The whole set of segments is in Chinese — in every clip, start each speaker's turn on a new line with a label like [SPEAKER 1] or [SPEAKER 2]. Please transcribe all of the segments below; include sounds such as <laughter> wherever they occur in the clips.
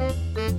[SPEAKER 1] 好的，好的，好的，好的，的好
[SPEAKER 2] 好的，好的，好的，
[SPEAKER 3] 好的，好的，好的，好的，好的，好的，
[SPEAKER 4] 好的，好的，
[SPEAKER 5] 好的，好的，好的，好的，好的，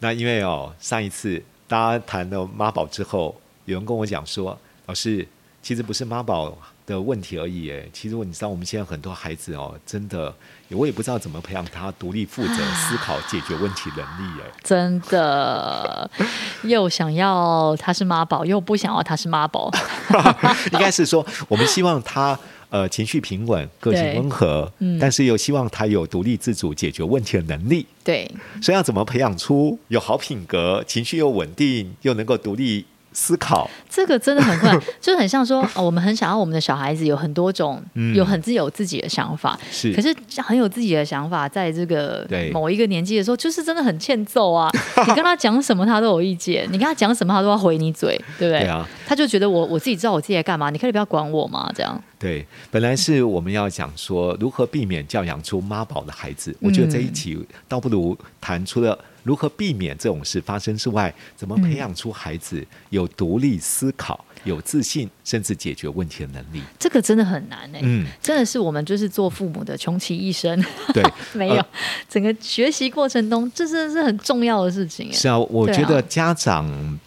[SPEAKER 4] 那因为哦，上一次大家谈了妈宝之后，有人跟我讲说，老师，其实不是妈宝的问题而已，哎，其实你知道我们现在很多孩子哦，真的，我也不知道怎么培养他独立、负
[SPEAKER 2] <sighs>
[SPEAKER 4] 责、思考、解决问题能力，哎，
[SPEAKER 2] 真的，又想要他是妈宝，又不想要他是妈宝，
[SPEAKER 4] <laughs> 应该是说，我们希望他呃情绪平稳、个性
[SPEAKER 2] 对
[SPEAKER 4] 温和，
[SPEAKER 2] 嗯
[SPEAKER 4] 但是又希望他有独立自主解决问题的能力。
[SPEAKER 5] 对，
[SPEAKER 4] 所以要怎么培养出有好品格、情绪又稳定，又能够独立思考？
[SPEAKER 2] 这个真的很困
[SPEAKER 4] <laughs>
[SPEAKER 2] 难，就是很像说、哦，我们很想要我们的小孩子有很多种，
[SPEAKER 4] 嗯
[SPEAKER 2] 有很自己有自己的想法，
[SPEAKER 4] 是
[SPEAKER 2] 可是很有自己的想法，在这个
[SPEAKER 4] 对
[SPEAKER 2] 某一个年纪的时候，就是真的很欠揍
[SPEAKER 4] <laughs>
[SPEAKER 2] 啊！你跟他讲什么，他都有意见；你跟他讲什么，他都要回你嘴，对不对？
[SPEAKER 4] 对啊
[SPEAKER 2] 他就觉得我我自己知道我自己在干嘛，你可以不要管我嘛，这样
[SPEAKER 4] 对，本来是我们要讲说如何避免教养出妈宝的孩子，我觉得这一期倒不如谈出了如何避免这种事发生之外，怎么培养出孩子有独立思考、有自信，甚至解决问题的能力。
[SPEAKER 2] 这个真的很难哎、
[SPEAKER 4] 嗯，
[SPEAKER 2] 真的是我们就是做父母的穷其一生， <laughs>
[SPEAKER 4] 对
[SPEAKER 2] 没有、
[SPEAKER 4] 呃
[SPEAKER 2] 整个学习过程中，这真的是很重要的事情哎、
[SPEAKER 4] 是啊，我
[SPEAKER 2] 对啊
[SPEAKER 4] 觉得家长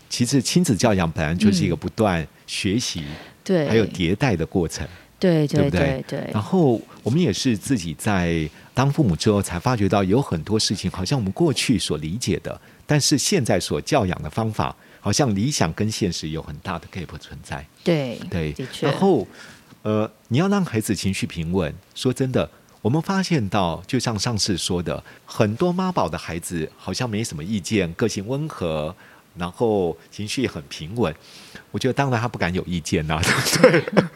[SPEAKER 4] 其实亲子教养本来就是一个不断学习、
[SPEAKER 2] 嗯对，
[SPEAKER 4] 还有迭代的过程。
[SPEAKER 2] 对对
[SPEAKER 4] 对不对
[SPEAKER 2] 对
[SPEAKER 4] 然后我们也是自己在当父母之后才发觉到，有很多事情好像我们过去所理解的，但是现在所教养的方法，好像理想跟现实有很大的 gap 存在。
[SPEAKER 2] 对
[SPEAKER 4] 对
[SPEAKER 2] 的，确
[SPEAKER 4] 然，后呃，你要让孩子情绪平稳，说真的。我们发现到，就像上次说的，很多妈宝的孩子好像没什么意见，个性温和，然后情绪很平稳。我觉得当然他不敢有意见 <laughs> 呐、对不对？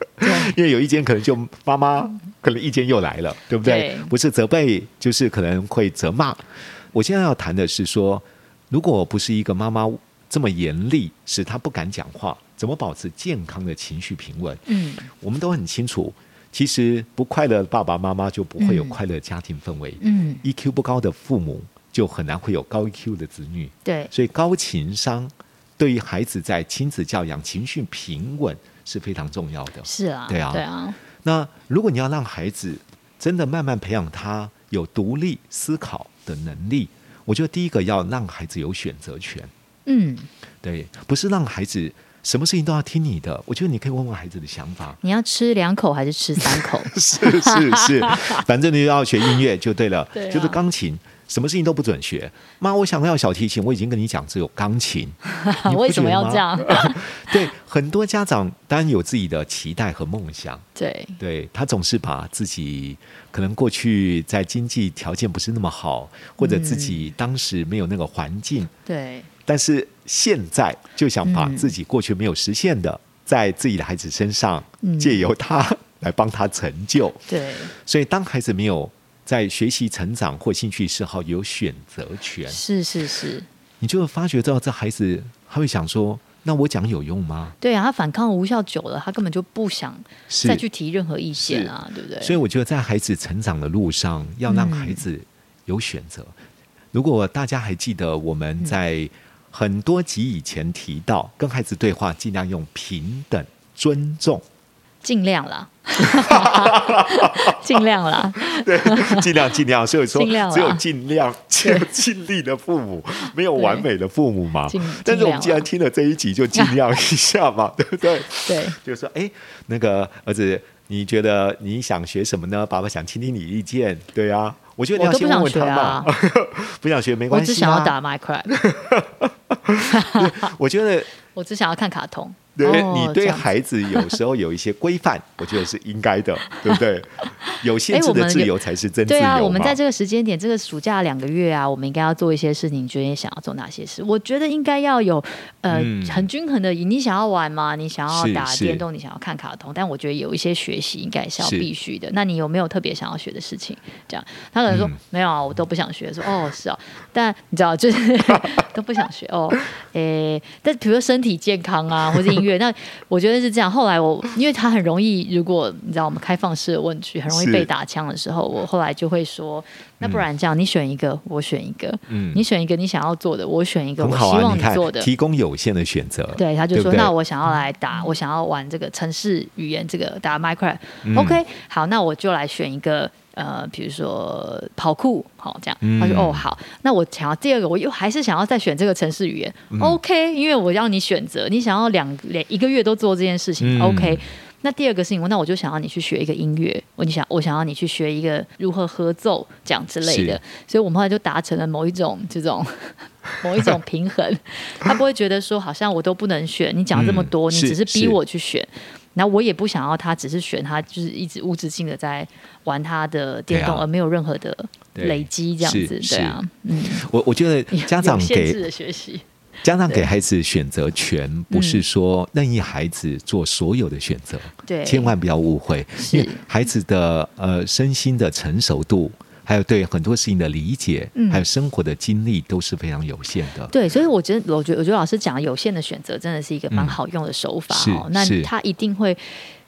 [SPEAKER 4] 因为有意见可能就妈妈可能意见又来了，对不对？
[SPEAKER 2] 对
[SPEAKER 4] 不是责备，就是可能会责骂。我现在要谈的是说，如果不是一个妈妈这么严厉，使他不敢讲话，怎么保持健康的情绪平稳？
[SPEAKER 2] 嗯，
[SPEAKER 4] 我们都很清楚，其实不快乐的爸爸妈妈就不会有快乐的家庭氛围。
[SPEAKER 2] 嗯
[SPEAKER 4] EQ 不高的父母就很难会有高 EQ 的子女。
[SPEAKER 2] 对，
[SPEAKER 4] 所以高情商对于孩子在亲子教养、情绪平稳是非常重要的。
[SPEAKER 2] 是啊，
[SPEAKER 4] 对啊
[SPEAKER 2] 对啊，
[SPEAKER 4] 那如果你要让孩子真的慢慢培养他有独立思考的能力，我觉得第一个要让孩子有选择权，
[SPEAKER 2] 嗯，，
[SPEAKER 4] 对，不是让孩子什么事情都要听你的。我觉得你可以问问孩子的想法
[SPEAKER 2] 你要吃两口还是吃三口？
[SPEAKER 4] <laughs> 是是是，反正你要学音乐就对了，
[SPEAKER 2] <laughs> 对啊
[SPEAKER 4] 就是钢琴。什么事情都不准学，妈！我想要小提琴，我已经跟你讲只有
[SPEAKER 2] <laughs>
[SPEAKER 4] 钢琴，你不
[SPEAKER 2] 为什么
[SPEAKER 4] 觉
[SPEAKER 2] 要
[SPEAKER 4] 得吗
[SPEAKER 2] 这样？ <laughs>
[SPEAKER 4] 对，很多家长当然有自己的期待和梦想，
[SPEAKER 2] 对，
[SPEAKER 4] 对他总是把自己可能过去在经济条件不是那么好，或者自己当时没有那个环境，
[SPEAKER 2] 对，
[SPEAKER 4] 但是现在就想把
[SPEAKER 2] 嗯
[SPEAKER 4] 自己过去没有实现的，在自己的孩子身上
[SPEAKER 2] 嗯
[SPEAKER 4] 借由他来帮他成就。
[SPEAKER 2] 对，
[SPEAKER 4] 所以，当孩子没有在学习、成长或兴趣嗜好有选择权，
[SPEAKER 2] 是是是，
[SPEAKER 4] 你就会发觉到这孩子他会想说：“那我讲有用吗？”
[SPEAKER 2] 对啊，他反抗无效久了，他根本就不想
[SPEAKER 4] 是
[SPEAKER 2] 再去提任何意见啊，对不对？
[SPEAKER 4] 所以我觉得在孩子成长的路上，要让孩子有选择。如果大家还记得我们在很多集以前提到，跟孩子对话尽量用平等、尊重，
[SPEAKER 2] 尽量
[SPEAKER 4] <laughs>
[SPEAKER 2] 啦， <laughs> 尽量啦，
[SPEAKER 4] <laughs> 对，尽量尽量。啊所以说
[SPEAKER 2] 尽量，啦
[SPEAKER 4] 只有尽 <laughs> 量、只有尽力的父母，没有完美的父母嘛
[SPEAKER 2] 尽。
[SPEAKER 4] 但是我们既
[SPEAKER 2] 尽量啦
[SPEAKER 4] 然听了这一集，就尽量一下 <laughs> 嘛，对不对？
[SPEAKER 2] 对，
[SPEAKER 4] 就说：“哎，那个儿子，你觉得你想学什么呢？爸爸想听听你意见。”对啊，我觉得
[SPEAKER 2] 我
[SPEAKER 4] 你要
[SPEAKER 2] 都不
[SPEAKER 4] 先问
[SPEAKER 2] 想
[SPEAKER 4] 问
[SPEAKER 2] 学
[SPEAKER 4] 他嘛
[SPEAKER 2] 啊。，
[SPEAKER 4] 不想学没
[SPEAKER 2] 我
[SPEAKER 4] 关系、
[SPEAKER 2] 只
[SPEAKER 4] 啊，
[SPEAKER 2] 想要打 My Cry，
[SPEAKER 4] 我觉得
[SPEAKER 2] 我只想要看卡通，
[SPEAKER 4] 对，
[SPEAKER 2] 哦
[SPEAKER 4] 你
[SPEAKER 2] 这
[SPEAKER 4] 对
[SPEAKER 2] 样子
[SPEAKER 4] 孩子有时候有一些规范，我觉得是应该的， <laughs> 对不对？有限
[SPEAKER 2] 哎
[SPEAKER 4] 制
[SPEAKER 2] 我
[SPEAKER 4] 的
[SPEAKER 2] 们
[SPEAKER 4] 自
[SPEAKER 2] 有
[SPEAKER 4] 由才是真自
[SPEAKER 2] 对
[SPEAKER 4] 由
[SPEAKER 2] 啊，我们
[SPEAKER 4] 嘛
[SPEAKER 2] 在这个时间点，这个暑假两个月啊，我们应该要做一些事情。你觉得想要做哪些事？我觉得应该要有呃、
[SPEAKER 4] 嗯
[SPEAKER 2] 很均衡的。你想要玩吗？你想
[SPEAKER 4] 是
[SPEAKER 2] 要打
[SPEAKER 4] 是
[SPEAKER 2] 电动？你想要看卡通？但我觉得有一些学习应该是要
[SPEAKER 4] 是
[SPEAKER 2] 必须的。那你有没有特别想要学的事情？这样他可能说、
[SPEAKER 4] 嗯
[SPEAKER 2] 没有啊，我都不想学。说哦是啊，但你知道就是 <laughs> 都不想学哦。诶、但比如说身体健康啊，或者音乐，那我觉得是这样。后来我因为他很容易，如果你知道我们开放式的问句很容易
[SPEAKER 4] 是
[SPEAKER 2] 被打枪的时候，我后来就会说，那不然这样，你选一个，我选一个，
[SPEAKER 4] 嗯
[SPEAKER 2] 你选一个你想要做的，我选一个
[SPEAKER 4] 很
[SPEAKER 2] 我
[SPEAKER 4] 好
[SPEAKER 2] 希
[SPEAKER 4] 啊，
[SPEAKER 2] 望
[SPEAKER 4] 你看
[SPEAKER 2] 做的。
[SPEAKER 4] 提供有限的选择，
[SPEAKER 2] 对，他就
[SPEAKER 4] 对不
[SPEAKER 2] 说：“
[SPEAKER 4] 对
[SPEAKER 2] 那我想要来打，我想要玩这个城市语言，这个打 Minecraft。
[SPEAKER 4] 嗯
[SPEAKER 2] OK，好，那我就来选一个呃，比如说跑酷，好这样。
[SPEAKER 4] 嗯
[SPEAKER 2] 他说：哦，好，那我想要第二个，我又还是想要再选这个城市语言。OK，因为
[SPEAKER 4] 嗯
[SPEAKER 2] 我让你选择，你想要两两一个月都做这件事情。
[SPEAKER 4] 嗯
[SPEAKER 2] OK。”那第二个事情，那我就想要你去学一个音乐，我你想我想要你去学一个如何合奏这样之类的
[SPEAKER 4] 是，
[SPEAKER 2] 所以我们后来就达成了某一种这种某一种平衡，他不会觉得说好像我都不能选，你讲这么多，
[SPEAKER 4] 嗯
[SPEAKER 2] 你
[SPEAKER 4] 是
[SPEAKER 2] 只是逼
[SPEAKER 4] 是
[SPEAKER 2] 我去选，然后我也不想要他只是选他就是一直无止境的在玩他的电动，
[SPEAKER 4] 对啊
[SPEAKER 2] 而没有任何的
[SPEAKER 4] 对
[SPEAKER 2] 累积这样子，
[SPEAKER 4] 是
[SPEAKER 2] 对啊，嗯，
[SPEAKER 4] 我我觉得家长
[SPEAKER 2] <laughs> 有限制
[SPEAKER 4] 给
[SPEAKER 2] 的学习，
[SPEAKER 4] 家长给孩子选择权，不是说任意孩子做所有的选择，
[SPEAKER 2] 嗯对，
[SPEAKER 4] 千万不要误会，
[SPEAKER 2] 是
[SPEAKER 4] 因为孩子的呃身心的成熟度。还有对很多事情的理解，
[SPEAKER 2] 嗯
[SPEAKER 4] 还有生活的经历都是非常有限的。
[SPEAKER 2] 对，所以我觉得，我觉得，我觉得老师讲有限的选择真的是一个蛮好用的手法哦。
[SPEAKER 4] 嗯嗯是是
[SPEAKER 2] 那他一定会，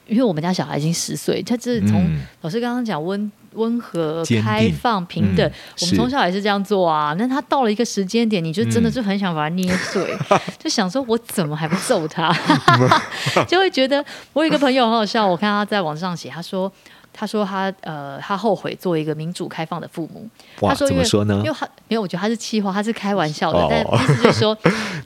[SPEAKER 2] 因为我们家小孩已经十岁，他就是从、
[SPEAKER 4] 嗯
[SPEAKER 2] 老师刚刚讲温温和
[SPEAKER 4] 坚、定
[SPEAKER 2] 开放、平等，
[SPEAKER 4] 嗯
[SPEAKER 2] 我
[SPEAKER 4] 是
[SPEAKER 2] 们从小也是这样做啊。那他到了一个时间点，你就真的
[SPEAKER 4] 嗯
[SPEAKER 2] 是很想把他捏碎，
[SPEAKER 4] <laughs>
[SPEAKER 2] 就想说我怎么还不揍他，就会觉得我有一个朋友很好笑，我看他在网上写，他说。他说他呃，他后悔做一个民主开放的父母。
[SPEAKER 4] 哇
[SPEAKER 2] 他说
[SPEAKER 4] 怎
[SPEAKER 2] 因
[SPEAKER 4] 么
[SPEAKER 2] 为
[SPEAKER 4] 说呢
[SPEAKER 2] 因为他没有，我觉得他是气话，他是开玩笑的，
[SPEAKER 4] 哦
[SPEAKER 2] 但意思就是
[SPEAKER 4] <laughs>
[SPEAKER 2] 说，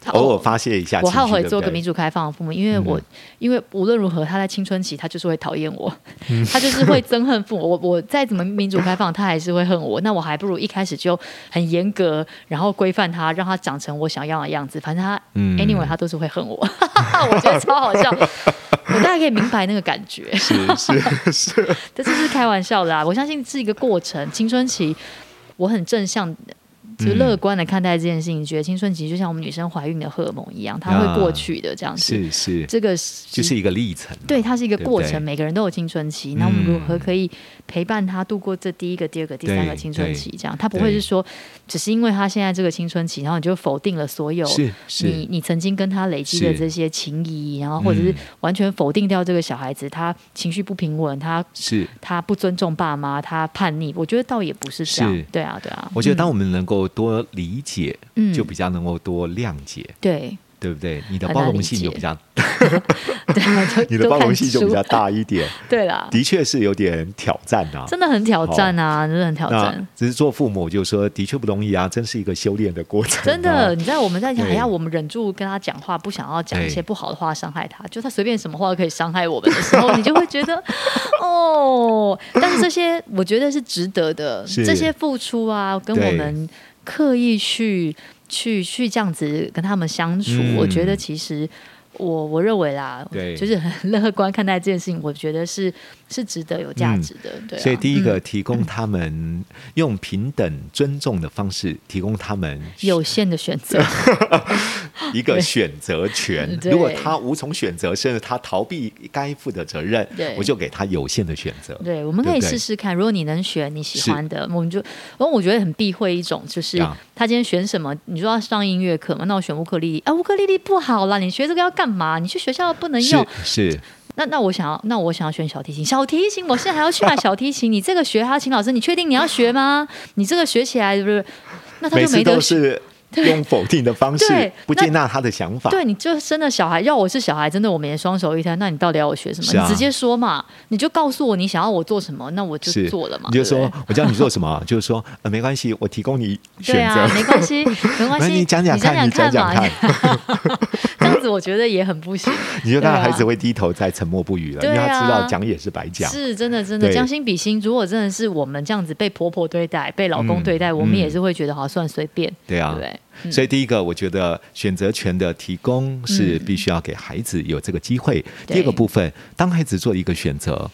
[SPEAKER 2] 他哦
[SPEAKER 4] 偶尔发泄一下情
[SPEAKER 2] 我
[SPEAKER 4] 绪，
[SPEAKER 2] 后悔
[SPEAKER 4] 对嗯不
[SPEAKER 2] 做个
[SPEAKER 4] 对
[SPEAKER 2] 民主开放的父母，因为我、因为无论如何，他在青春期他就是会讨厌我，
[SPEAKER 4] 嗯
[SPEAKER 2] <laughs> 他就是会憎恨父母。我我再怎么民主开放，他还是会恨我。那我还不如一开始就很严格，然后规范他，让他长成我想要的样子。反正他、
[SPEAKER 4] 嗯
[SPEAKER 2] anyway 他都是会恨我， <laughs> 我觉得超好笑。 <laughs> 我大概可以明白那个感觉，
[SPEAKER 4] 是是是，
[SPEAKER 2] 这只是开玩笑啦、我相信是一个过程，青春期我很正向。就是
[SPEAKER 4] 嗯
[SPEAKER 2] 乐观的看待这件事情，觉得青春期就像我们女生怀孕的荷尔蒙一样，它
[SPEAKER 4] 啊
[SPEAKER 2] 会过去的，这样子。 <laughs>
[SPEAKER 4] 是是，
[SPEAKER 2] 这个
[SPEAKER 4] 就是一个历程。啊
[SPEAKER 2] 对，它是一个
[SPEAKER 4] 对不
[SPEAKER 2] 过
[SPEAKER 4] 对
[SPEAKER 2] 程，每个人都有青春期。那我们如
[SPEAKER 4] 嗯
[SPEAKER 2] 何可以陪伴他度过这第一个、第二个、第三个
[SPEAKER 4] 对
[SPEAKER 2] 青春
[SPEAKER 4] 对
[SPEAKER 2] 期？这样，他不会
[SPEAKER 4] 对
[SPEAKER 2] 是说，只是因为他现在这个青春期，然后你就否定了所有
[SPEAKER 4] 是是
[SPEAKER 2] 你你曾经跟他累积的
[SPEAKER 4] 是
[SPEAKER 2] 这些情谊，然后或者是
[SPEAKER 4] 嗯
[SPEAKER 2] 完全否定掉这个小孩子，他情绪不平稳，他
[SPEAKER 4] 是，
[SPEAKER 2] 他不尊重爸妈，他叛逆。我觉得倒也不是这
[SPEAKER 4] 是
[SPEAKER 2] 样，对啊，对啊。
[SPEAKER 4] 我觉得当
[SPEAKER 2] 嗯
[SPEAKER 4] 我们能够多理解，
[SPEAKER 2] 嗯
[SPEAKER 4] 就比较能够多谅解，
[SPEAKER 2] 对
[SPEAKER 4] 对不对？你的
[SPEAKER 2] 嗯很
[SPEAKER 4] 包
[SPEAKER 2] 难
[SPEAKER 4] 容
[SPEAKER 2] 理
[SPEAKER 4] 性就
[SPEAKER 2] 解
[SPEAKER 4] 比较，
[SPEAKER 2] 对啊，就
[SPEAKER 4] <laughs> 你的
[SPEAKER 2] 多
[SPEAKER 4] 包
[SPEAKER 2] 看
[SPEAKER 4] 容性就比
[SPEAKER 2] 书
[SPEAKER 4] 较大一点，
[SPEAKER 2] <laughs>
[SPEAKER 4] <laughs>
[SPEAKER 2] 对啦，
[SPEAKER 4] 的确是有点挑战啊。
[SPEAKER 2] 真的很挑
[SPEAKER 4] 好
[SPEAKER 2] 战啊，真的很挑战
[SPEAKER 4] 那。只是做父母，就说的确不容易啊，真是一个修炼的过程、啊
[SPEAKER 2] 真的，，你在我们在讲，
[SPEAKER 4] 对
[SPEAKER 2] 还要我们忍住跟他讲话，不想要讲一
[SPEAKER 4] 对
[SPEAKER 2] 些不好的话伤害他，就他随便什么话都可以伤害我们的时候，你就会觉
[SPEAKER 4] <laughs>
[SPEAKER 2] 得哦，但是这些我觉得是值得的，
[SPEAKER 4] 是
[SPEAKER 2] 这些付出啊，跟
[SPEAKER 4] 对
[SPEAKER 2] 我们刻意去去去这样子跟他们相处，
[SPEAKER 4] 嗯
[SPEAKER 2] 我觉得其实。我我认为啦，
[SPEAKER 4] 对
[SPEAKER 2] 就是很乐观看待这件事情，我觉得是是值得有价值的，对、啊。
[SPEAKER 4] 嗯所以第一
[SPEAKER 2] 嗯、
[SPEAKER 4] 个提供他们用平等尊重的方式提供他们
[SPEAKER 2] 嗯有限的选择，
[SPEAKER 4] 一个选择权。
[SPEAKER 2] <laughs> 对
[SPEAKER 4] 如果他无从选择，甚至他逃避该负的责任
[SPEAKER 2] 对，
[SPEAKER 4] 我就给他有限的选择。
[SPEAKER 2] 对，我们可
[SPEAKER 4] 对
[SPEAKER 2] 以
[SPEAKER 4] 不对
[SPEAKER 2] 试试看。如果你能选你喜欢的，我们就，然后我觉得很避讳一种，就是
[SPEAKER 4] 呀
[SPEAKER 2] 他今天选什么，你说要上音乐课嘛，那我选乌克丽丽啊，乌克丽丽不好啦，你学这个要干嘛？你去学校不能
[SPEAKER 4] 是
[SPEAKER 2] 用。
[SPEAKER 4] 是，
[SPEAKER 2] 那那我想要，那我想要选小提琴，小提琴，我现在还要去买小提琴，你这个学还要请老师，你确定你要学吗？你这个学起来是不是？那他
[SPEAKER 4] 每
[SPEAKER 2] 就
[SPEAKER 4] 次
[SPEAKER 2] 没
[SPEAKER 4] 都
[SPEAKER 2] 得选。
[SPEAKER 4] 是用否定的方式
[SPEAKER 2] 对，
[SPEAKER 4] 不
[SPEAKER 2] 那
[SPEAKER 4] 接纳他的想法。
[SPEAKER 2] 对，你就生了小孩，要我是小孩，真的我们也双手一摊。那你到底要我学什么？
[SPEAKER 4] 是啊
[SPEAKER 2] 你直接说嘛，你就告诉我你想要我做什么，那我就是做了嘛。
[SPEAKER 4] 你就
[SPEAKER 2] 对不对
[SPEAKER 4] 说我叫你做什么， <laughs> 就是说呃没关系，我提供你选
[SPEAKER 2] 对啊
[SPEAKER 4] 择，。
[SPEAKER 2] 没关
[SPEAKER 4] <laughs>
[SPEAKER 2] 系，没关
[SPEAKER 4] 那
[SPEAKER 2] 系，
[SPEAKER 4] 你讲讲看，你
[SPEAKER 2] 你
[SPEAKER 4] 讲
[SPEAKER 2] 讲
[SPEAKER 4] 讲
[SPEAKER 2] 讲
[SPEAKER 4] 看
[SPEAKER 2] 嘛，， <laughs> 这样子我觉得也很不行。
[SPEAKER 4] 你就
[SPEAKER 2] <laughs>
[SPEAKER 4] 看
[SPEAKER 2] 对啊
[SPEAKER 4] 孩子会低头再沉默不语了，因
[SPEAKER 2] 对啊
[SPEAKER 4] 为他知道讲也是白 <laughs> 讲。
[SPEAKER 2] 是真的，真的
[SPEAKER 4] 对
[SPEAKER 2] 将心比心。如果真的是我们这样子被婆婆对待、被老公对待，
[SPEAKER 4] 嗯
[SPEAKER 2] 我们
[SPEAKER 4] 嗯
[SPEAKER 2] 也是会觉得好算随便。
[SPEAKER 4] 对啊
[SPEAKER 2] 对不对，对，嗯
[SPEAKER 4] 所以第一个，我觉得选择权的提供是必须要给孩子有这个机会。
[SPEAKER 2] 嗯对
[SPEAKER 4] 第二个部分，当孩子做一个选择，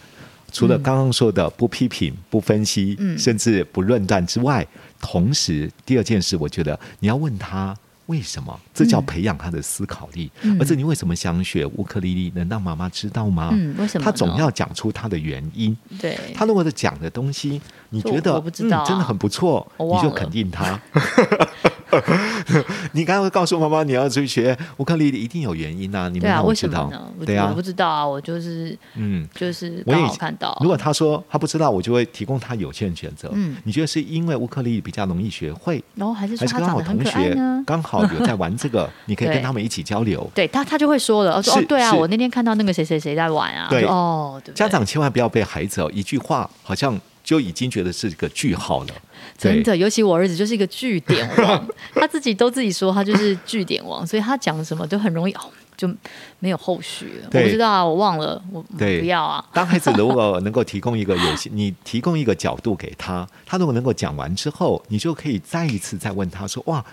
[SPEAKER 4] 除了刚刚说的不批评、不分析，
[SPEAKER 2] 嗯
[SPEAKER 4] 甚至不论断之外，同时第二件事，我觉得你要问他。为什么？这叫培养他的思考力。
[SPEAKER 2] 嗯
[SPEAKER 4] 而这你为什么想学乌克丽丽？能让妈妈知道吗？
[SPEAKER 2] 嗯为什么
[SPEAKER 4] 他总
[SPEAKER 2] 呢
[SPEAKER 4] 要讲出他的原因。
[SPEAKER 2] 对，
[SPEAKER 4] 他如果是讲的东西，你
[SPEAKER 2] 就
[SPEAKER 4] 觉得
[SPEAKER 2] 我不知道啊
[SPEAKER 4] 嗯、真的很不错，
[SPEAKER 2] 我
[SPEAKER 4] 你
[SPEAKER 2] 忘
[SPEAKER 4] 就
[SPEAKER 2] 了
[SPEAKER 4] 肯定他。 <laughs> 你刚刚告诉妈妈你要去学乌克丽丽，一定有原因啊！你们
[SPEAKER 2] 对啊，
[SPEAKER 4] 让我
[SPEAKER 2] 为
[SPEAKER 4] 知
[SPEAKER 2] 什么
[SPEAKER 4] 道
[SPEAKER 2] 呢？我，
[SPEAKER 4] 对
[SPEAKER 2] 我
[SPEAKER 4] 啊
[SPEAKER 2] 不，知道啊，我就是
[SPEAKER 4] 嗯。
[SPEAKER 2] 就是
[SPEAKER 4] 我也
[SPEAKER 2] 刚好看到，
[SPEAKER 4] 如果他说他不知道，我就会提供他有限选择。
[SPEAKER 2] 嗯
[SPEAKER 4] 你觉得是因为乌克丽丽比较容易学会，
[SPEAKER 2] 然后还是说
[SPEAKER 4] 还是
[SPEAKER 2] 他
[SPEAKER 4] 刚
[SPEAKER 2] 长
[SPEAKER 4] 好
[SPEAKER 2] 得很
[SPEAKER 4] 同
[SPEAKER 2] 可爱
[SPEAKER 4] 学
[SPEAKER 2] 呢？
[SPEAKER 4] 刚好有在玩
[SPEAKER 2] <laughs>
[SPEAKER 4] 这个，你可以
[SPEAKER 2] 对
[SPEAKER 4] 跟他们一起交流？
[SPEAKER 2] 对他，他就会说了，哦说
[SPEAKER 4] 是
[SPEAKER 2] 哦，对啊，
[SPEAKER 4] 是
[SPEAKER 2] 我那天看到那个谁谁谁在玩啊，
[SPEAKER 4] 对
[SPEAKER 2] 就哦，对不对
[SPEAKER 4] 家长千万不要被孩子哦一句话好像就已经觉得是个句号了。
[SPEAKER 2] 真
[SPEAKER 4] 对
[SPEAKER 2] 的，尤其我儿子就是一个据点
[SPEAKER 4] <laughs>
[SPEAKER 2] 王，他自己都自己说他就是据点王，所以他讲什么都很容易哦，就没有后续了。我
[SPEAKER 4] 对
[SPEAKER 2] 不知道啊，我忘了，我
[SPEAKER 4] 对
[SPEAKER 2] 不要啊。
[SPEAKER 4] 当孩子如果能够提供一个有些，你提供一个角度给他，他如果能够讲完之后，你就可以再一次再问他说：“哇，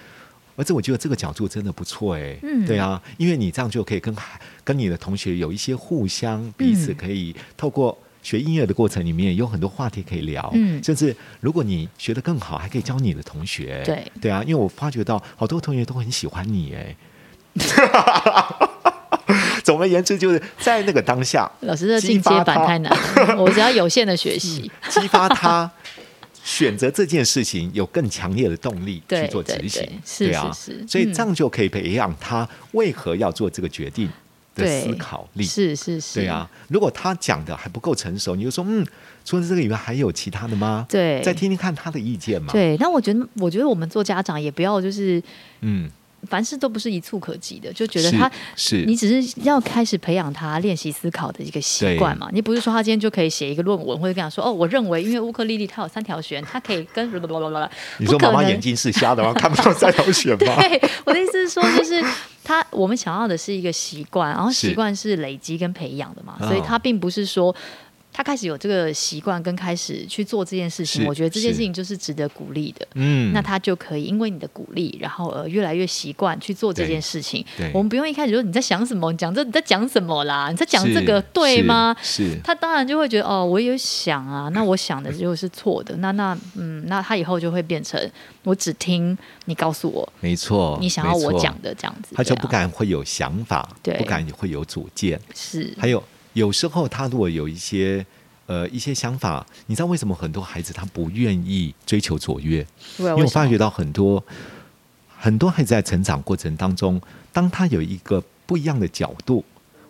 [SPEAKER 4] 儿子，我觉得这个角度真的不错哎。”
[SPEAKER 2] 嗯
[SPEAKER 4] 对啊，因为你这样就可以跟孩跟你的同学有一些互相，彼此可以透过。学音乐的过程里面有很多话题可以聊，
[SPEAKER 2] 嗯
[SPEAKER 4] 甚至如果你学得更好，还可以教你的同学，
[SPEAKER 2] 对
[SPEAKER 4] 对啊，因为我发觉到好多同学都很喜欢你，
[SPEAKER 2] <laughs>
[SPEAKER 4] 哎，总而言之就是在那个当下，
[SPEAKER 2] 老师的
[SPEAKER 4] 激
[SPEAKER 2] 进阶
[SPEAKER 4] 发
[SPEAKER 2] 版
[SPEAKER 4] 他
[SPEAKER 2] 太难了，我只要有限的学习。
[SPEAKER 4] 激发他选择这件事情有更强烈的动力
[SPEAKER 2] 对
[SPEAKER 4] 去做
[SPEAKER 2] 对
[SPEAKER 4] 执行
[SPEAKER 2] 对，是
[SPEAKER 4] 啊
[SPEAKER 2] 是是，
[SPEAKER 4] 所以
[SPEAKER 2] 嗯
[SPEAKER 4] 这样就可以培养他为何要做这个决定的
[SPEAKER 2] 对
[SPEAKER 4] 思考 <laughs> 力。
[SPEAKER 2] 是是嗯是，
[SPEAKER 4] 对啊，，如果他讲的还不够成熟，你就说嗯，除了这个以外还有其他的吗？
[SPEAKER 2] 对
[SPEAKER 4] 再听听看他的意见嘛。，
[SPEAKER 2] 对。但我觉得，我觉得我们做家长也不要就是
[SPEAKER 4] 嗯，
[SPEAKER 2] 凡事都不是一蹴可及的，就觉得
[SPEAKER 4] 是
[SPEAKER 2] 他
[SPEAKER 4] 是
[SPEAKER 2] 你只是要开始培养他练习思考的一个习惯嘛。你不是说他今天就可以写一个论文，或者跟他说哦，我认为因为乌克丽丽它有三条弦，它可以跟
[SPEAKER 4] <laughs> 你
[SPEAKER 2] 不
[SPEAKER 4] 说
[SPEAKER 2] 可
[SPEAKER 4] 妈
[SPEAKER 2] 能。
[SPEAKER 4] 妈眼睛是瞎的吗？看不到三条选吗？
[SPEAKER 2] <laughs> 对，我的意思是说，就是他我们想要的是一个习惯，然后
[SPEAKER 4] 是
[SPEAKER 2] 习惯是累积跟培养的嘛，
[SPEAKER 4] 哦
[SPEAKER 2] 所以他并不是说。他开始有这个习惯，跟开始去做这件事情，
[SPEAKER 4] 是
[SPEAKER 2] 我觉得这件
[SPEAKER 4] 是
[SPEAKER 2] 事情就是值得鼓励的。
[SPEAKER 4] 嗯，
[SPEAKER 2] 那他就可以因为你的鼓励，然后呃越来越习惯去做这件事情
[SPEAKER 4] 对。对
[SPEAKER 2] 我们不用一开始说你在想什么，你讲这你在讲什么啦，你在讲
[SPEAKER 4] 是
[SPEAKER 2] 这个对
[SPEAKER 4] 是
[SPEAKER 2] 吗？
[SPEAKER 4] 是
[SPEAKER 2] 他当然就会觉得哦，我有想啊，那我想的就是错的，那那嗯，那他以后就会变成我只听你告诉我
[SPEAKER 4] 没错，
[SPEAKER 2] 你想要我
[SPEAKER 4] 哦没错
[SPEAKER 2] 讲，的这样子，
[SPEAKER 4] 他就
[SPEAKER 2] 对啊
[SPEAKER 4] 不敢会有想法，
[SPEAKER 2] 对
[SPEAKER 4] 不敢会有主见。
[SPEAKER 2] 是
[SPEAKER 4] 还有有时候他如果有一些呃一些想法，你知道为什么很多孩子他不愿意追求卓越？
[SPEAKER 2] 对啊
[SPEAKER 4] <laughs> 因为
[SPEAKER 2] 为
[SPEAKER 4] 我
[SPEAKER 2] 什
[SPEAKER 4] 发
[SPEAKER 2] 么
[SPEAKER 4] 觉到很多很多孩子在成长过程当中，当他有一个不一样的角度，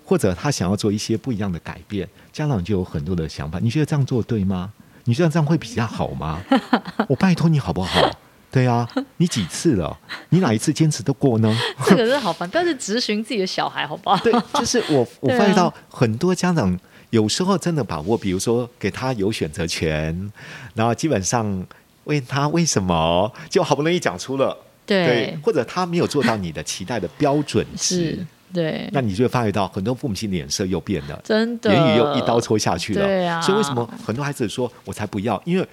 [SPEAKER 4] 或者他想要做一些不一样的改变，家长就有很多的想法。你觉得这样做对吗？你觉得这样会比较好吗？ <laughs> 我拜托你好不好？对啊，你几次了？你哪一次坚持得过呢？
[SPEAKER 2] 这个真的好烦，不要去咨询自己的小孩，好不
[SPEAKER 4] <laughs>
[SPEAKER 2] 好？
[SPEAKER 4] 对，就是我我
[SPEAKER 2] 对啊
[SPEAKER 4] 发现到很多家长有时候真的把握，比如说给他有选择权，然后基本上问他为什么，就好不容易讲出了，
[SPEAKER 2] 对，
[SPEAKER 4] 或者他没有做到你的期待的标准值
[SPEAKER 2] 是，，对，
[SPEAKER 4] 那你就会发觉到很多父母亲脸色又变了，
[SPEAKER 2] 真的
[SPEAKER 4] 言语又一刀戳下去了。
[SPEAKER 2] 对啊
[SPEAKER 4] 所以为什么很多孩子说我才不要？因为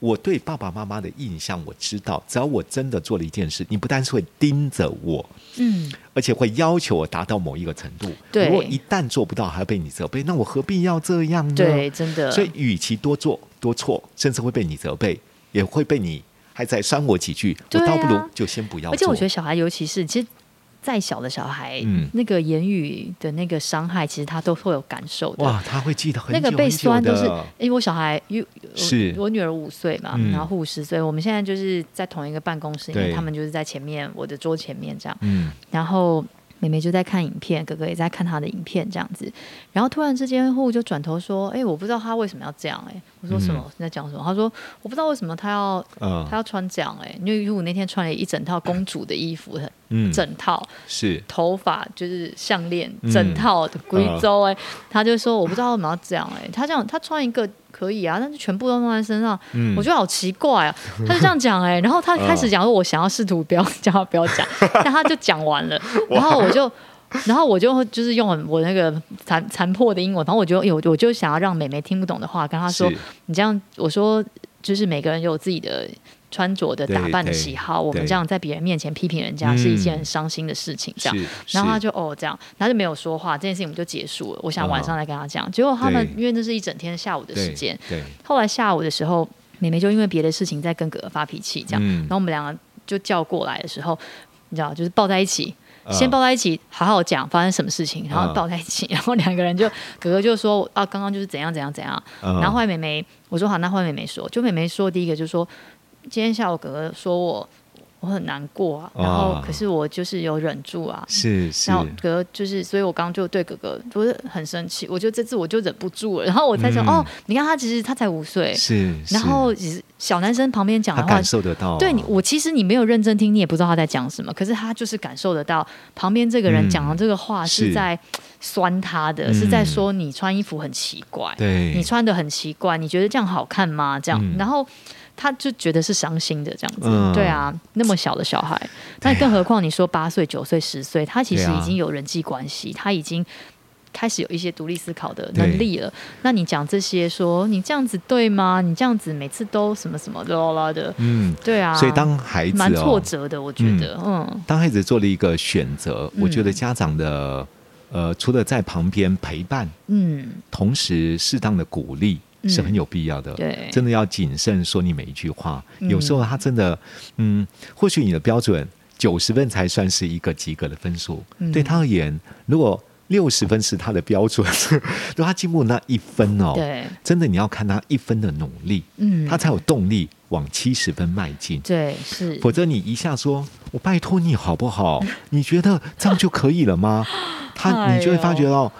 [SPEAKER 4] 我对爸爸妈妈的印象我知道，只要我真的做了一件事，你不单是会盯着我，
[SPEAKER 2] 嗯，
[SPEAKER 4] 而且会要求我达到某一个程度。
[SPEAKER 2] 对
[SPEAKER 4] 如果一旦做不到，还要被你责备，那我何必要这样呢？
[SPEAKER 2] 对，真的，
[SPEAKER 4] 啊所以与其多做多错，甚至会被你责备，也会被你还在酸我几句，我
[SPEAKER 2] 对啊
[SPEAKER 4] 倒不如就先不要做。
[SPEAKER 2] 而且我觉得小孩，尤其是其实再小的小孩，
[SPEAKER 4] 嗯
[SPEAKER 2] 那个言语的那个伤害，其实他都会有感受的。
[SPEAKER 4] 哇，他会记得很
[SPEAKER 2] 那
[SPEAKER 4] 久
[SPEAKER 2] 个被
[SPEAKER 4] 很久
[SPEAKER 2] 酸都是
[SPEAKER 4] 的，
[SPEAKER 2] 因为我小孩，因为我
[SPEAKER 4] 是
[SPEAKER 2] 我女儿五岁嘛，
[SPEAKER 4] 嗯
[SPEAKER 2] 然后护十岁，我们现在就是在同一个办公室里面，
[SPEAKER 4] 对
[SPEAKER 2] 他们就是在前面我的桌前面这样，
[SPEAKER 4] 嗯，
[SPEAKER 2] 然后妹妹就在看影片，哥哥也在看他的影片这样子，然后突然之间护就转头说：“哎、我不知道他为什么要这样、哎，我说
[SPEAKER 4] 嗯
[SPEAKER 2] 什么？你在讲什么？他说：“我不知道为什么他要
[SPEAKER 4] 嗯
[SPEAKER 2] 他要穿这样、哎，因为我那天穿了一整套公主的衣服，很
[SPEAKER 4] 嗯
[SPEAKER 2] 整套，
[SPEAKER 4] 是
[SPEAKER 2] 头发就是项链
[SPEAKER 4] 嗯
[SPEAKER 2] 整套的贵州哎，他就说我不知道为什么要这样哎、他这样他穿一个可以啊，但是全部都放在身上，
[SPEAKER 4] 嗯
[SPEAKER 2] 我觉得好奇怪啊，他就这样讲
[SPEAKER 4] <laughs>
[SPEAKER 2] 哎、然后他开始讲说我想要试图不要 <laughs> 叫他不要讲，但他就讲完
[SPEAKER 4] <laughs>
[SPEAKER 2] 了，然后我就。然后我就会就是用很我那个残残破的英文，反正我就有我就想要让美眉听不懂的话跟她说
[SPEAKER 4] 是，
[SPEAKER 2] 你这样我说就是每个人有自己的穿着的打扮的
[SPEAKER 4] 对对
[SPEAKER 2] 喜好，我们
[SPEAKER 4] 对
[SPEAKER 2] 这样在别人面前批评人家是一件很伤心的事情。这样，
[SPEAKER 4] 是
[SPEAKER 2] 然后他
[SPEAKER 4] 是
[SPEAKER 2] 就哦这样，他就没有说话，这件事情我们就结束了。我想晚上
[SPEAKER 4] 啊
[SPEAKER 2] 再跟他讲。结果他们
[SPEAKER 4] 对
[SPEAKER 2] 因为那是一整天下午的时间，
[SPEAKER 4] 对，对
[SPEAKER 2] 后来下午的时候，妹妹就因为别的事情在跟哥哥发脾气，这样，
[SPEAKER 4] 嗯
[SPEAKER 2] 然后我们两个就叫过来的时候，你知道，就是抱在一起。
[SPEAKER 4] 啊
[SPEAKER 2] 先抱在一起，好好讲发生什么事情，然后
[SPEAKER 4] 嗯
[SPEAKER 2] 抱在一起，然后两个人就哥哥就说啊，刚刚就是怎样怎样怎样，
[SPEAKER 4] 嗯
[SPEAKER 2] 然后后来妹妹我说好，那后来妹妹说，就妹妹说第一个就说，今天下午哥哥说我我很难过啊，然后
[SPEAKER 4] 啊
[SPEAKER 2] 可是我就是有忍住啊，
[SPEAKER 4] 是是
[SPEAKER 2] 然后哥哥就是，所以我刚刚就对哥哥不是很生气，我就这次我就忍不住了。然后我在想，
[SPEAKER 4] 嗯
[SPEAKER 2] 哦，你看他其实他才五岁，
[SPEAKER 4] 是，
[SPEAKER 2] 然
[SPEAKER 4] 是
[SPEAKER 2] 后其实小男生旁边讲
[SPEAKER 4] 他
[SPEAKER 2] 的话
[SPEAKER 4] 感，受得到啊，
[SPEAKER 2] 对你我其实你没有认真听，你也不知道他在讲什么，可是他就是感受得到旁边这个人
[SPEAKER 4] 嗯
[SPEAKER 2] 讲的这个话是
[SPEAKER 4] 是
[SPEAKER 2] 在酸他的，是
[SPEAKER 4] 嗯
[SPEAKER 2] 在说你穿衣服很奇怪，
[SPEAKER 4] 对
[SPEAKER 2] 你穿的很奇怪，你觉得这样好看吗？这样，
[SPEAKER 4] 嗯
[SPEAKER 2] 然后他就觉得是伤心的这样子，
[SPEAKER 4] 嗯
[SPEAKER 2] 对啊，那么小的小孩，那
[SPEAKER 4] 对啊
[SPEAKER 2] 更何况你说八岁、九岁、十岁，他其实
[SPEAKER 4] 对啊
[SPEAKER 2] 已经有人际关系，他已经。开始有一些独立思考的能力了。那你讲这些说你这样子对吗？你这样子每次都什么什么啦啦啦的，
[SPEAKER 4] 嗯，
[SPEAKER 2] 对啊，
[SPEAKER 4] 所以当孩子
[SPEAKER 2] 蛮挫
[SPEAKER 4] 哦，
[SPEAKER 2] 折的，我觉得，嗯
[SPEAKER 4] 当孩子做了一个选择，我
[SPEAKER 2] 嗯
[SPEAKER 4] 觉得家长的呃，除了在旁边陪伴，
[SPEAKER 2] 嗯，
[SPEAKER 4] 同时适当的鼓励
[SPEAKER 2] 嗯
[SPEAKER 4] 是很有必要的。
[SPEAKER 2] 对
[SPEAKER 4] 呃真的要谨慎说你每一句话。
[SPEAKER 2] 嗯
[SPEAKER 4] 有时候他真的，嗯，或许你的标准九十分才算是一个及格的分数，
[SPEAKER 2] 嗯
[SPEAKER 4] 对他而言，如果六十分是他的标准， <laughs> 如果他进步那一分哦，
[SPEAKER 2] 对，
[SPEAKER 4] 真的你要看他一分的努力，
[SPEAKER 2] 嗯，
[SPEAKER 4] 他才有动力往七十分迈进。
[SPEAKER 2] 对是，
[SPEAKER 4] 否则你一下说，我拜托你好不好？ <laughs> 你觉得这样就可以了吗？他，
[SPEAKER 2] 哎呦
[SPEAKER 4] 你就会发觉到，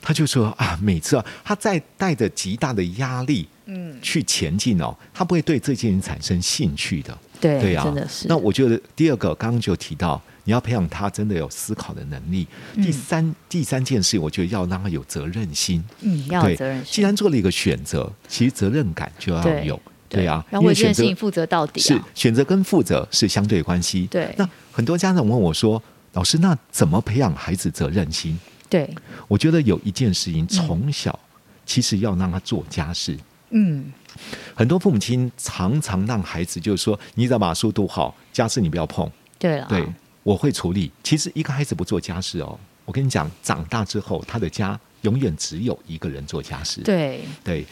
[SPEAKER 4] 他就说啊，每次啊，他在带着极大的压力
[SPEAKER 2] 嗯，
[SPEAKER 4] 去前进哦，他不会对这件事产生兴趣的。
[SPEAKER 2] 对，
[SPEAKER 4] 对啊，
[SPEAKER 2] 真的是。
[SPEAKER 4] 那我觉得第二个，刚刚就提到，你要培养他真的有思考的能力。
[SPEAKER 2] 嗯
[SPEAKER 4] 第三，第三件事，我觉得要让他有责任心。
[SPEAKER 2] 嗯要有
[SPEAKER 4] 对
[SPEAKER 2] 责任，
[SPEAKER 4] 既
[SPEAKER 2] 心，
[SPEAKER 4] 然做了一个选择，其实责任感就要
[SPEAKER 2] 对
[SPEAKER 4] 有。对啊，
[SPEAKER 2] 要
[SPEAKER 4] 因
[SPEAKER 2] 为
[SPEAKER 4] 为
[SPEAKER 2] 这件
[SPEAKER 4] 选择
[SPEAKER 2] 事情负责到底
[SPEAKER 4] 是
[SPEAKER 2] 啊，
[SPEAKER 4] 选择跟负责是相对关系。
[SPEAKER 2] 对
[SPEAKER 4] 那很多家长问我说：“老师，那怎么培养孩子责任心
[SPEAKER 2] 对，？”
[SPEAKER 4] 我觉得有一件事情，从小其实要让他做家事。
[SPEAKER 2] 嗯
[SPEAKER 4] 很多父母亲常常让孩子就是说：“你只要把书读好，家事你不要碰。
[SPEAKER 2] 对了，
[SPEAKER 4] 对，我会处理。其实一个孩子不做家事哦，我跟你讲，长大之后他的家永远只有一个人做家事。
[SPEAKER 2] 对
[SPEAKER 4] 对，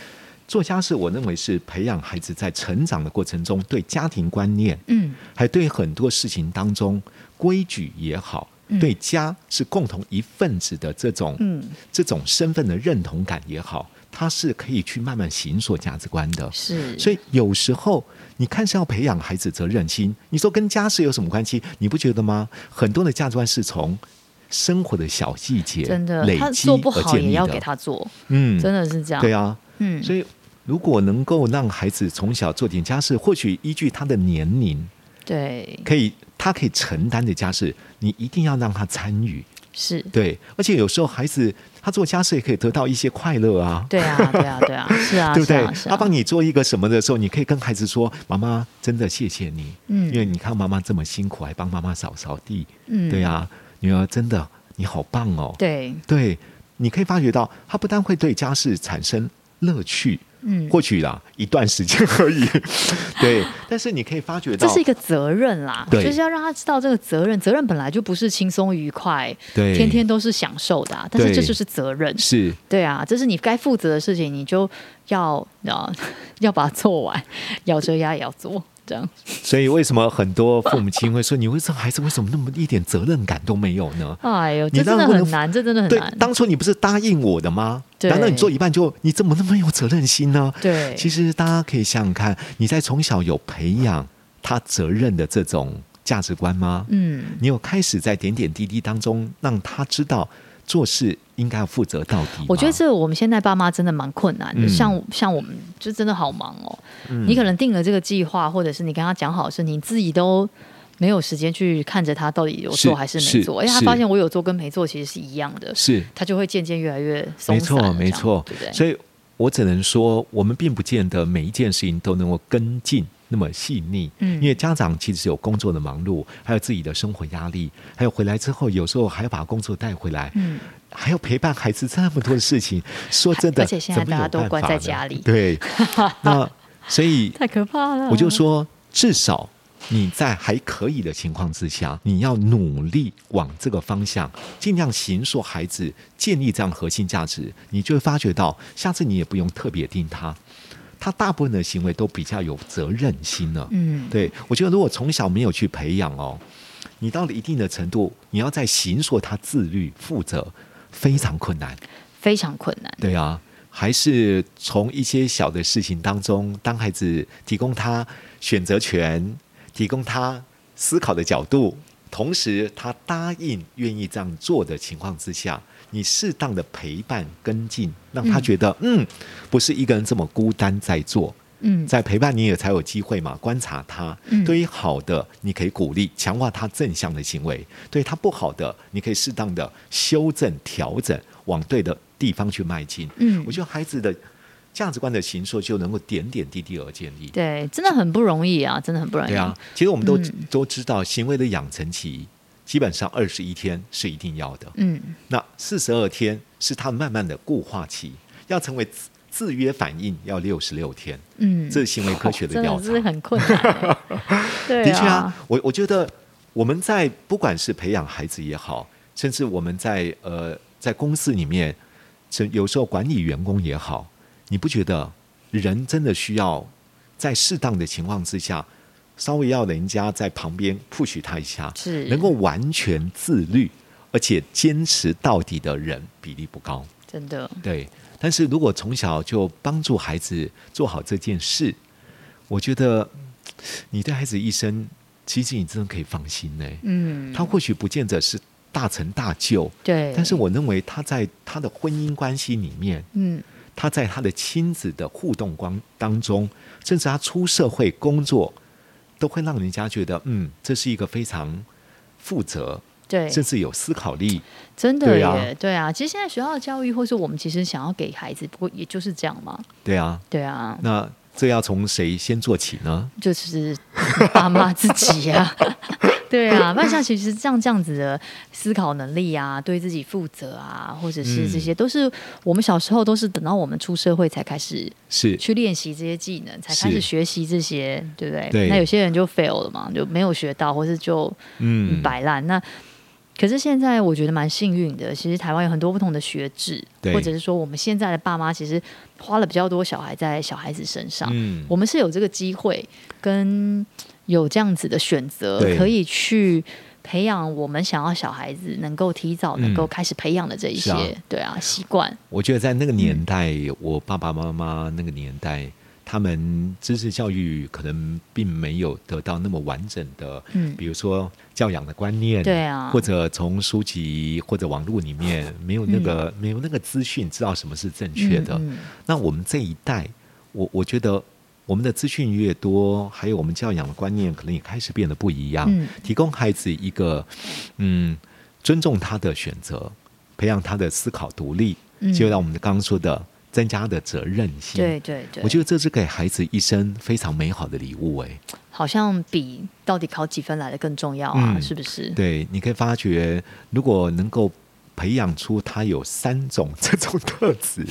[SPEAKER 4] 做家事，我认为是培养孩子在成长的过程中对家庭观念，
[SPEAKER 2] 嗯
[SPEAKER 4] 还对很多事情当中规矩也好，
[SPEAKER 2] 嗯
[SPEAKER 4] 对家是共同一份子的这种、
[SPEAKER 2] 嗯
[SPEAKER 4] 这种身份的认同感也好，它是可以去慢慢形塑价值观的。
[SPEAKER 2] 是，
[SPEAKER 4] 所
[SPEAKER 2] 以
[SPEAKER 4] 以有时候你看是要培养孩子责任心，你说跟家事有什么关系？你不觉得吗？很多的价值观是从生活的小细节
[SPEAKER 2] 真的
[SPEAKER 4] 累
[SPEAKER 2] 他
[SPEAKER 4] 积
[SPEAKER 2] 做不
[SPEAKER 4] 而
[SPEAKER 2] 好
[SPEAKER 4] 建
[SPEAKER 2] 也
[SPEAKER 4] 立
[SPEAKER 2] 要给
[SPEAKER 4] 的。
[SPEAKER 2] 他做，
[SPEAKER 4] 嗯，
[SPEAKER 2] 真的是这样，
[SPEAKER 4] 对啊，
[SPEAKER 2] 嗯，
[SPEAKER 4] 所以如果能够让孩子从小做点家事，或许依据他的年龄。
[SPEAKER 2] 对
[SPEAKER 4] 可以，他可以承担的家事，你一定要让他参与。
[SPEAKER 2] 是，
[SPEAKER 4] 对，而且有时候孩子他做家事也可以得到一些快乐啊，
[SPEAKER 2] 对啊对啊对啊，是啊，
[SPEAKER 4] 对不
[SPEAKER 2] 是
[SPEAKER 4] 对
[SPEAKER 2] 啊？是
[SPEAKER 4] 他
[SPEAKER 2] 啊，
[SPEAKER 4] 帮你做一个什么的时候，你可以跟孩子说：“妈妈，真的谢谢你，
[SPEAKER 2] 嗯
[SPEAKER 4] 因为你看妈妈这么辛苦，还帮妈妈扫扫地，
[SPEAKER 2] 嗯
[SPEAKER 4] 对啊，女儿真的你好棒哦。
[SPEAKER 2] 对，
[SPEAKER 4] 对，你可以发觉到他不但会对家事产生乐趣。
[SPEAKER 2] 嗯，
[SPEAKER 4] 或许啦，一段时间而已， <laughs> 对。但是你可以发觉到，
[SPEAKER 2] 这是一个责任啦，
[SPEAKER 4] 对
[SPEAKER 2] 就是要让他知道这个责任，责任本来就不是轻松愉快，
[SPEAKER 4] 对
[SPEAKER 2] 天天都是享受的、啊，但是
[SPEAKER 4] 对
[SPEAKER 2] 这就是责任，
[SPEAKER 4] 是
[SPEAKER 2] 对啊，这是你该负责的事情，你就要啊 <laughs> 要把它做完，咬着牙也要做，这样
[SPEAKER 4] 所以为什么很多父母亲会说，你为这孩子为什么那么一点责任感都没有呢？
[SPEAKER 2] 哎呦，
[SPEAKER 4] 你
[SPEAKER 2] 这真的
[SPEAKER 4] 让我的
[SPEAKER 2] 很难，这真的很
[SPEAKER 4] 对，
[SPEAKER 2] 难，
[SPEAKER 4] 当初你不是答应我的吗？
[SPEAKER 2] 对
[SPEAKER 4] 难道你做一半就你怎么那么有责任心呢？
[SPEAKER 2] 对
[SPEAKER 4] 其实大家可以想想看，你在从小有培养他责任的这种价值观吗？
[SPEAKER 2] 嗯，
[SPEAKER 4] 你有开始在点点滴滴当中让他知道做事应该要负责到底吗？
[SPEAKER 2] 我觉得这我们现在爸妈真的蛮困难的，
[SPEAKER 4] 啊嗯
[SPEAKER 2] 像像我们就真的好忙哦。你可能定了这个计划，或者是你跟他讲好的事，你自己都没有时间去看着他到底有做
[SPEAKER 4] 是
[SPEAKER 2] 还是没
[SPEAKER 4] 是
[SPEAKER 2] 做，因哎为他
[SPEAKER 4] 是
[SPEAKER 2] 发现我有做跟没做其实是一样的，
[SPEAKER 4] 是
[SPEAKER 2] 他就会渐渐越来越松
[SPEAKER 4] 没
[SPEAKER 2] 散了这
[SPEAKER 4] 错，
[SPEAKER 2] 样，
[SPEAKER 4] 没错，
[SPEAKER 2] 对不对？
[SPEAKER 4] 所以我只能说，我们并不见得每一件事情都能够跟进那么细腻，
[SPEAKER 2] 嗯
[SPEAKER 4] 因为家长其实有工作的忙碌，还有自己的生活压力，还有回来之后，有时候还要把工作带回来，
[SPEAKER 2] 嗯，
[SPEAKER 4] 还要陪伴孩子这么多的事情。说真的，
[SPEAKER 2] <laughs> 而且现在
[SPEAKER 4] 怎么有
[SPEAKER 2] 大家都
[SPEAKER 4] 办法
[SPEAKER 2] <laughs> 关在
[SPEAKER 4] 呢
[SPEAKER 2] 家里
[SPEAKER 4] 对，那所以
[SPEAKER 2] 太可怕了。
[SPEAKER 4] 我就，说，至少你在还可以的情况之下，你要努力往这个方向，尽量形塑孩子建立这样核心价值，你就会发觉到，下次你也不用特别盯他，他大部分的行为都比较有责任心了。
[SPEAKER 2] 嗯，
[SPEAKER 4] 对，我觉得如果从小没有去培养哦，你到了一定的程度，你要再形塑他自律、负责，非常困难。
[SPEAKER 2] 非常困难。
[SPEAKER 4] 对啊，还是从一些小的事情当中，当孩子提供他选择权，提供他思考的角度，同时他答应愿意这样做的情况之下，你适当的陪伴跟进，让他觉得嗯不是一个人这么孤单在做。
[SPEAKER 2] 嗯，
[SPEAKER 4] 在陪伴你也才有机会嘛，观察他。
[SPEAKER 2] 嗯
[SPEAKER 4] 对于好的，你可以鼓励、强化他正向的行为；对他不好的，你可以适当的修正、调整，往对的地方去迈进。
[SPEAKER 2] 嗯
[SPEAKER 4] 我觉得孩子的价值观的形塑就能够点点滴滴而建立。
[SPEAKER 2] 对，真的很不容易啊，真的很不容易。
[SPEAKER 4] 对啊，其实我们都、
[SPEAKER 2] 嗯
[SPEAKER 4] 都知道，行为的养成期基本上二十一天是一定要的。
[SPEAKER 2] 嗯，
[SPEAKER 4] 那四十二天是他慢慢的固化期，要成为自自约反应要六十六天。
[SPEAKER 2] 嗯
[SPEAKER 4] 这是行为科学的
[SPEAKER 2] 真
[SPEAKER 4] 调
[SPEAKER 2] 的
[SPEAKER 4] 查。
[SPEAKER 2] 是很困难
[SPEAKER 4] <laughs>
[SPEAKER 2] 欸。对，
[SPEAKER 4] 的确啊，，我我觉得我们在不管是培养孩子也好，甚至我们在呃在公司里面，甚有时候管理员工也好，你不觉得人真的需要在适当的情况之下，稍微要人家在旁边 push 他一下，
[SPEAKER 2] 是
[SPEAKER 4] 能够完全自律而且坚持到底的人比例不高。
[SPEAKER 2] 真的，
[SPEAKER 4] 对，但是如果从小就帮助孩子做好这件事，我觉得嗯你对孩子一生，其实你真的可以放心呢、
[SPEAKER 2] 嗯，
[SPEAKER 4] 他或许不见得是大成大就，
[SPEAKER 2] 对，
[SPEAKER 4] 但是我认为他在他的婚姻关系里面，
[SPEAKER 2] 嗯
[SPEAKER 4] 他在他的亲子的互动光当中，甚至他出社会工作，都会让人家觉得，嗯，这是一个非常负责，
[SPEAKER 2] 对，
[SPEAKER 4] 甚至有思考力。
[SPEAKER 2] 真的
[SPEAKER 4] 对
[SPEAKER 2] 耶，
[SPEAKER 4] 啊
[SPEAKER 2] 对啊。其实现在学校的教育，或是我们其实想要给孩子，不过也就是这样嘛。
[SPEAKER 4] 对啊，
[SPEAKER 2] 对啊，
[SPEAKER 4] 那这要从谁先做起呢？
[SPEAKER 2] 就是爸妈自己呀、啊。 <laughs> 对啊，万象其实像这样子的思考能力啊，对自己负责啊，或者
[SPEAKER 4] 嗯
[SPEAKER 2] 是这些，都是我们小时候都是等到我们出社会才开始
[SPEAKER 4] 是
[SPEAKER 2] 去练习这些技能，才
[SPEAKER 4] 是
[SPEAKER 2] 开始学习这些，对不对？
[SPEAKER 4] 对
[SPEAKER 2] 那有些人就 fail 了嘛，就没有学到，或是就
[SPEAKER 4] 嗯
[SPEAKER 2] 摆烂。那可是现在我觉得蛮幸运的，其实台湾有很多不同的学制，
[SPEAKER 4] 对
[SPEAKER 2] 或者是说我们现在的爸妈其实花了比较多小孩在小孩子身上，
[SPEAKER 4] 嗯
[SPEAKER 2] 我们是有这个机会跟有这样子的选择
[SPEAKER 4] 对，
[SPEAKER 2] 可以去。培养我们想要小孩子能够提早能够开始培养的这一
[SPEAKER 4] 嗯是
[SPEAKER 2] 些，
[SPEAKER 4] 啊
[SPEAKER 2] 对啊，习惯，
[SPEAKER 4] 我觉得在那个年代，
[SPEAKER 2] 嗯
[SPEAKER 4] 我爸爸妈妈那个年代，他们知识教育可能并没有得到那么完整的，
[SPEAKER 2] 嗯
[SPEAKER 4] 比如说教养的观念，
[SPEAKER 2] 对啊
[SPEAKER 4] 或者从书籍或者网络里面没有那个、没有那个资讯，知道什么是正确的。
[SPEAKER 2] 嗯嗯嗯
[SPEAKER 4] 那我们这一代，我我觉得我们的资讯越多，还有我们教养的观念可能也开始变得不一样，
[SPEAKER 2] 嗯
[SPEAKER 4] 提供孩子一个嗯尊重他的选择，培养他的思考独立，
[SPEAKER 2] 嗯
[SPEAKER 4] 就让我们刚刚说的增加他的责任心。
[SPEAKER 2] 对，对对，
[SPEAKER 4] 我觉得这是给孩子一生非常美好的礼物、哎。
[SPEAKER 2] 好像比到底考几分来的更重要啊，
[SPEAKER 4] 嗯
[SPEAKER 2] 是不是？
[SPEAKER 4] 对，你可以发觉，如果能够培养出他有三种 <laughs> 这种特质，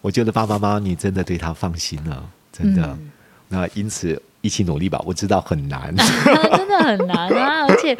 [SPEAKER 4] 我觉得爸爸妈妈你真的对他放心了，真的。
[SPEAKER 2] 嗯
[SPEAKER 4] 那因此一起努力吧，我知道很难。 <laughs>
[SPEAKER 2] 真的很难啊！而且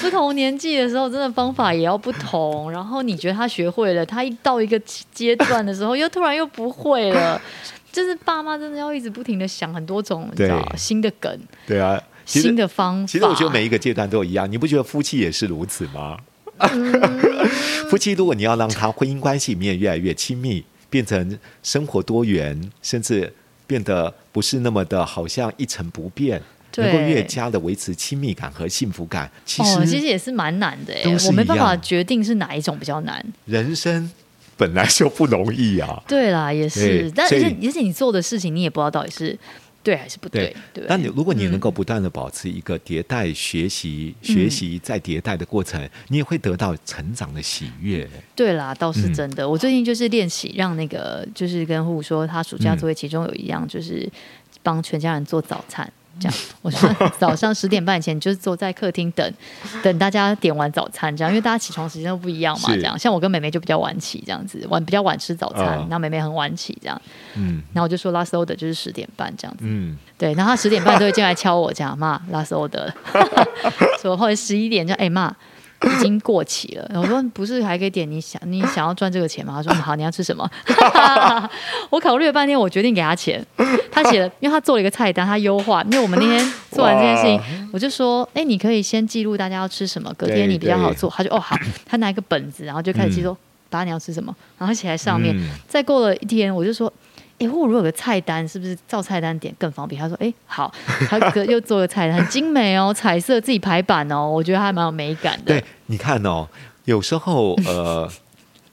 [SPEAKER 2] 不同年纪的时候，真的方法也要不同。然后你觉得他学会了，他一到一个阶段的时候，又突然又不会了。
[SPEAKER 4] <laughs>
[SPEAKER 2] 就是爸妈真的要一直不停的想很多种，你知道
[SPEAKER 4] 对
[SPEAKER 2] 新的梗、
[SPEAKER 4] 对啊，其
[SPEAKER 2] 新
[SPEAKER 4] 实
[SPEAKER 2] 的方法。
[SPEAKER 4] 其实我觉得每一个阶段都一样，你不觉得夫妻也是如此吗？
[SPEAKER 2] 嗯
[SPEAKER 4] <laughs> 夫妻如果你要让他婚姻关系里面越来越亲密，变成生活多元，甚至变得不是那么的好像一成不变。
[SPEAKER 2] 对
[SPEAKER 4] 能够越加的维持亲密感和幸福感，其实
[SPEAKER 2] 哦，其实也是蛮难的耶
[SPEAKER 4] 都是
[SPEAKER 2] 我没办
[SPEAKER 4] 一
[SPEAKER 2] 法
[SPEAKER 4] 样
[SPEAKER 2] 决定是哪一种比较难。
[SPEAKER 4] 人生本来就不容易啊。
[SPEAKER 2] 对啦，也是
[SPEAKER 4] 对，
[SPEAKER 2] 但而
[SPEAKER 4] 所以
[SPEAKER 2] 且而且你做的事情，你也不知道到底是对还是不对，对不对。嗯
[SPEAKER 4] 但你如果你能够不断的保持一个迭代、学习、学习再迭代的过程，你也会得到成长的喜悦。
[SPEAKER 2] 对啦，倒是真的。我最近就是练习让那个，就是跟户说，他暑假作业其中有一样就是帮全家人做早餐。这样，我说早上十点半以前你就是坐在客厅等，等大家点完早餐，这样，因为大家起床时间都不一样嘛，
[SPEAKER 4] 是
[SPEAKER 2] 这样。像我跟妹妹就比较晚起，这样子晚比较晚吃早餐，
[SPEAKER 4] 啊
[SPEAKER 2] 然后妹妹很晚起，这样。
[SPEAKER 4] 嗯
[SPEAKER 2] 然后我就说 last order 就是十点半这样子，
[SPEAKER 4] 嗯，
[SPEAKER 2] 对。然后她十点半都会进来敲我家， <laughs> 妈 last order，说或者十一点就哎妈。已经过期了，我说不是还可以点你想你想要赚这个钱吗？她说嗯好，你要吃什么？ <laughs> 我考虑了半天，我决定给他钱。他写了，因为他做了一个菜单，他优化。因为我们那天做完这件事情，我就说，哎、你可以先记录大家要吃什么，隔天你比较好做。他就哦好，他拿一个本子，然后就开始记录，爸、你要吃什么，然后写在上面。
[SPEAKER 4] 嗯
[SPEAKER 2] 再过了一天，我就说。哎，我如果有个菜单，是不是照菜单点更方便？他说：“哎，好。”他隔 <laughs> 又做了菜单，很精美哦，彩色自己排版哦，我觉得还蛮有美感的。
[SPEAKER 4] 对，你看哦，有
[SPEAKER 2] <laughs>
[SPEAKER 4] 时候呃，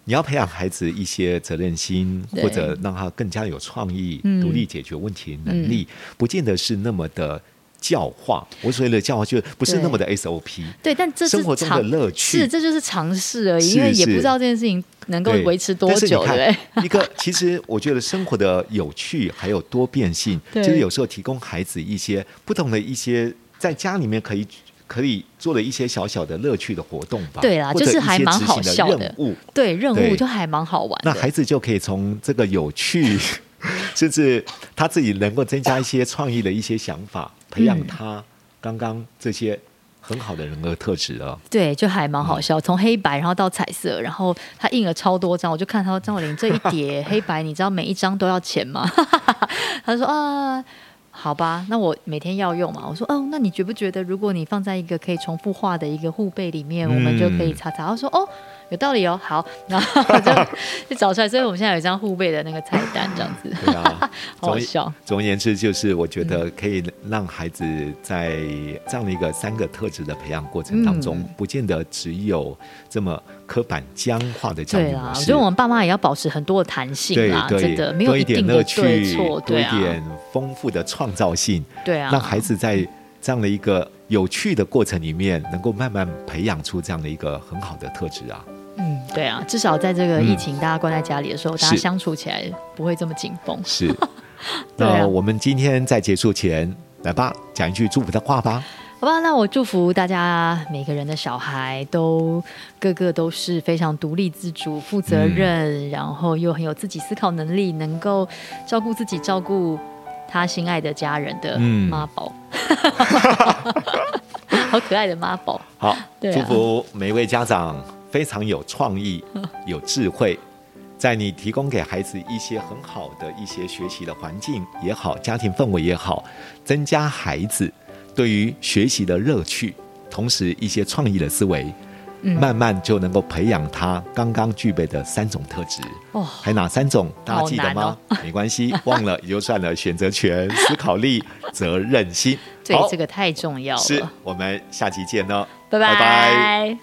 [SPEAKER 4] 你要培养孩子一些责任心，
[SPEAKER 2] 对
[SPEAKER 4] 或者让他更加有创意、
[SPEAKER 2] 嗯
[SPEAKER 4] 独立解决问题能力，不见得是那么的教化。我所谓的教化，就是不是
[SPEAKER 2] 对
[SPEAKER 4] 那么的 SOP。
[SPEAKER 2] 对，但这是
[SPEAKER 4] 生活中的
[SPEAKER 2] 尝
[SPEAKER 4] 乐趣
[SPEAKER 2] 是这就是尝试而已，
[SPEAKER 4] 是
[SPEAKER 2] 因为也不
[SPEAKER 4] 是
[SPEAKER 2] 知道这件事情能够
[SPEAKER 4] 对
[SPEAKER 2] 维持多
[SPEAKER 4] 但是你
[SPEAKER 2] 久，对
[SPEAKER 4] 看
[SPEAKER 2] 不对？
[SPEAKER 4] 一
[SPEAKER 2] <laughs>
[SPEAKER 4] 个其实我觉得生活的有趣还有多变性，
[SPEAKER 2] 对
[SPEAKER 4] 就是有时候提供孩子一些不同的一些在家里面可以可以做的一些小小的乐趣的活动吧。
[SPEAKER 2] 对啦
[SPEAKER 4] 或者
[SPEAKER 2] 就是还
[SPEAKER 4] 一些
[SPEAKER 2] 蛮
[SPEAKER 4] 执
[SPEAKER 2] 好
[SPEAKER 4] 行
[SPEAKER 2] 笑的
[SPEAKER 4] 任务。
[SPEAKER 2] 对任务
[SPEAKER 4] 对
[SPEAKER 2] 就还蛮好玩
[SPEAKER 4] 那
[SPEAKER 2] 的。
[SPEAKER 4] 孩子就可以从这个有趣， <laughs> 甚至他自己能够增加一些创意的一些想法，培养
[SPEAKER 2] 嗯
[SPEAKER 4] 他刚刚这些很好的人格特质哦了。
[SPEAKER 2] 对，就还蛮
[SPEAKER 4] 嗯
[SPEAKER 2] 好笑，从黑白然后到彩色，然后他印了超多张，我就看他说张伟玲这一
[SPEAKER 4] <laughs>
[SPEAKER 2] 叠黑白，你知道每一张都要钱吗？ <laughs> 他说啊。好吧，那我每天要用嘛。我说，哦，那你觉不觉得，如果你放在一个可以重复画的一个护背里面，我们就可
[SPEAKER 4] 嗯
[SPEAKER 2] 以擦擦？他说，哦，有道理哦，好， <laughs> 然后就就找出来。所以我们现在有一张护背的那个菜单，这样子，
[SPEAKER 4] 对啊，
[SPEAKER 2] 好好
[SPEAKER 4] 总
[SPEAKER 2] 笑。
[SPEAKER 4] 总而言之，就是我觉得可以让孩子在这样的一个三个特质的培养过程当中，
[SPEAKER 2] 嗯
[SPEAKER 4] 不见得只有这么刻板僵化的教育
[SPEAKER 2] 对啦，
[SPEAKER 4] 模
[SPEAKER 2] 我
[SPEAKER 4] 式。
[SPEAKER 2] 觉得我们爸妈也要保持很多的弹性
[SPEAKER 4] 对
[SPEAKER 2] 啦，
[SPEAKER 4] 对，
[SPEAKER 2] 真的没有
[SPEAKER 4] 多一
[SPEAKER 2] 一
[SPEAKER 4] 点
[SPEAKER 2] 定
[SPEAKER 4] 乐
[SPEAKER 2] 的
[SPEAKER 4] 趣
[SPEAKER 2] 对错，，
[SPEAKER 4] 多
[SPEAKER 2] 对
[SPEAKER 4] 一
[SPEAKER 2] 啊，
[SPEAKER 4] 点丰富的创造性，
[SPEAKER 2] 对啊，
[SPEAKER 4] 让孩子在这样的一个有趣的过程里面，能够慢慢培养出这样的一个很好的特质啊。
[SPEAKER 2] 嗯，对啊，至少在这个疫情大家关在家里的时候，大家
[SPEAKER 4] 嗯是
[SPEAKER 2] 相处起来不会这么紧绷。
[SPEAKER 4] 是。
[SPEAKER 2] 对啊
[SPEAKER 4] 那我们今天在结束前，来吧，讲一句祝福的话吧。
[SPEAKER 2] 好吧，那我祝福大家每个人的小孩都个个都是非常独立自主、负责
[SPEAKER 4] 嗯
[SPEAKER 2] 任，然后又很有自己思考能力，能够照顾自己、照顾他心爱的家人的
[SPEAKER 4] 嗯
[SPEAKER 2] 妈宝， <laughs> 好可爱的妈宝。
[SPEAKER 4] 好，
[SPEAKER 2] 对啊
[SPEAKER 4] 祝福每一位家长非常有创意、 <laughs> 有智慧，在你提供给孩子一些很好的一些学习的环境也好，家庭氛围也好，增加孩子对于学习的乐趣，同时一些创意的思维，
[SPEAKER 2] 嗯
[SPEAKER 4] 慢慢就能够培养他刚刚具备的三种特质。
[SPEAKER 2] 哦
[SPEAKER 4] 还哪三种？大家记得吗？没
[SPEAKER 2] <laughs>
[SPEAKER 4] 关系，忘了也就算了。选择权、思考力、责任心，
[SPEAKER 2] <laughs> 对
[SPEAKER 4] 好，
[SPEAKER 2] 这个太重要
[SPEAKER 4] 是
[SPEAKER 2] 了。
[SPEAKER 4] 我们下期见喽，哦
[SPEAKER 2] 拜
[SPEAKER 4] 拜
[SPEAKER 2] 拜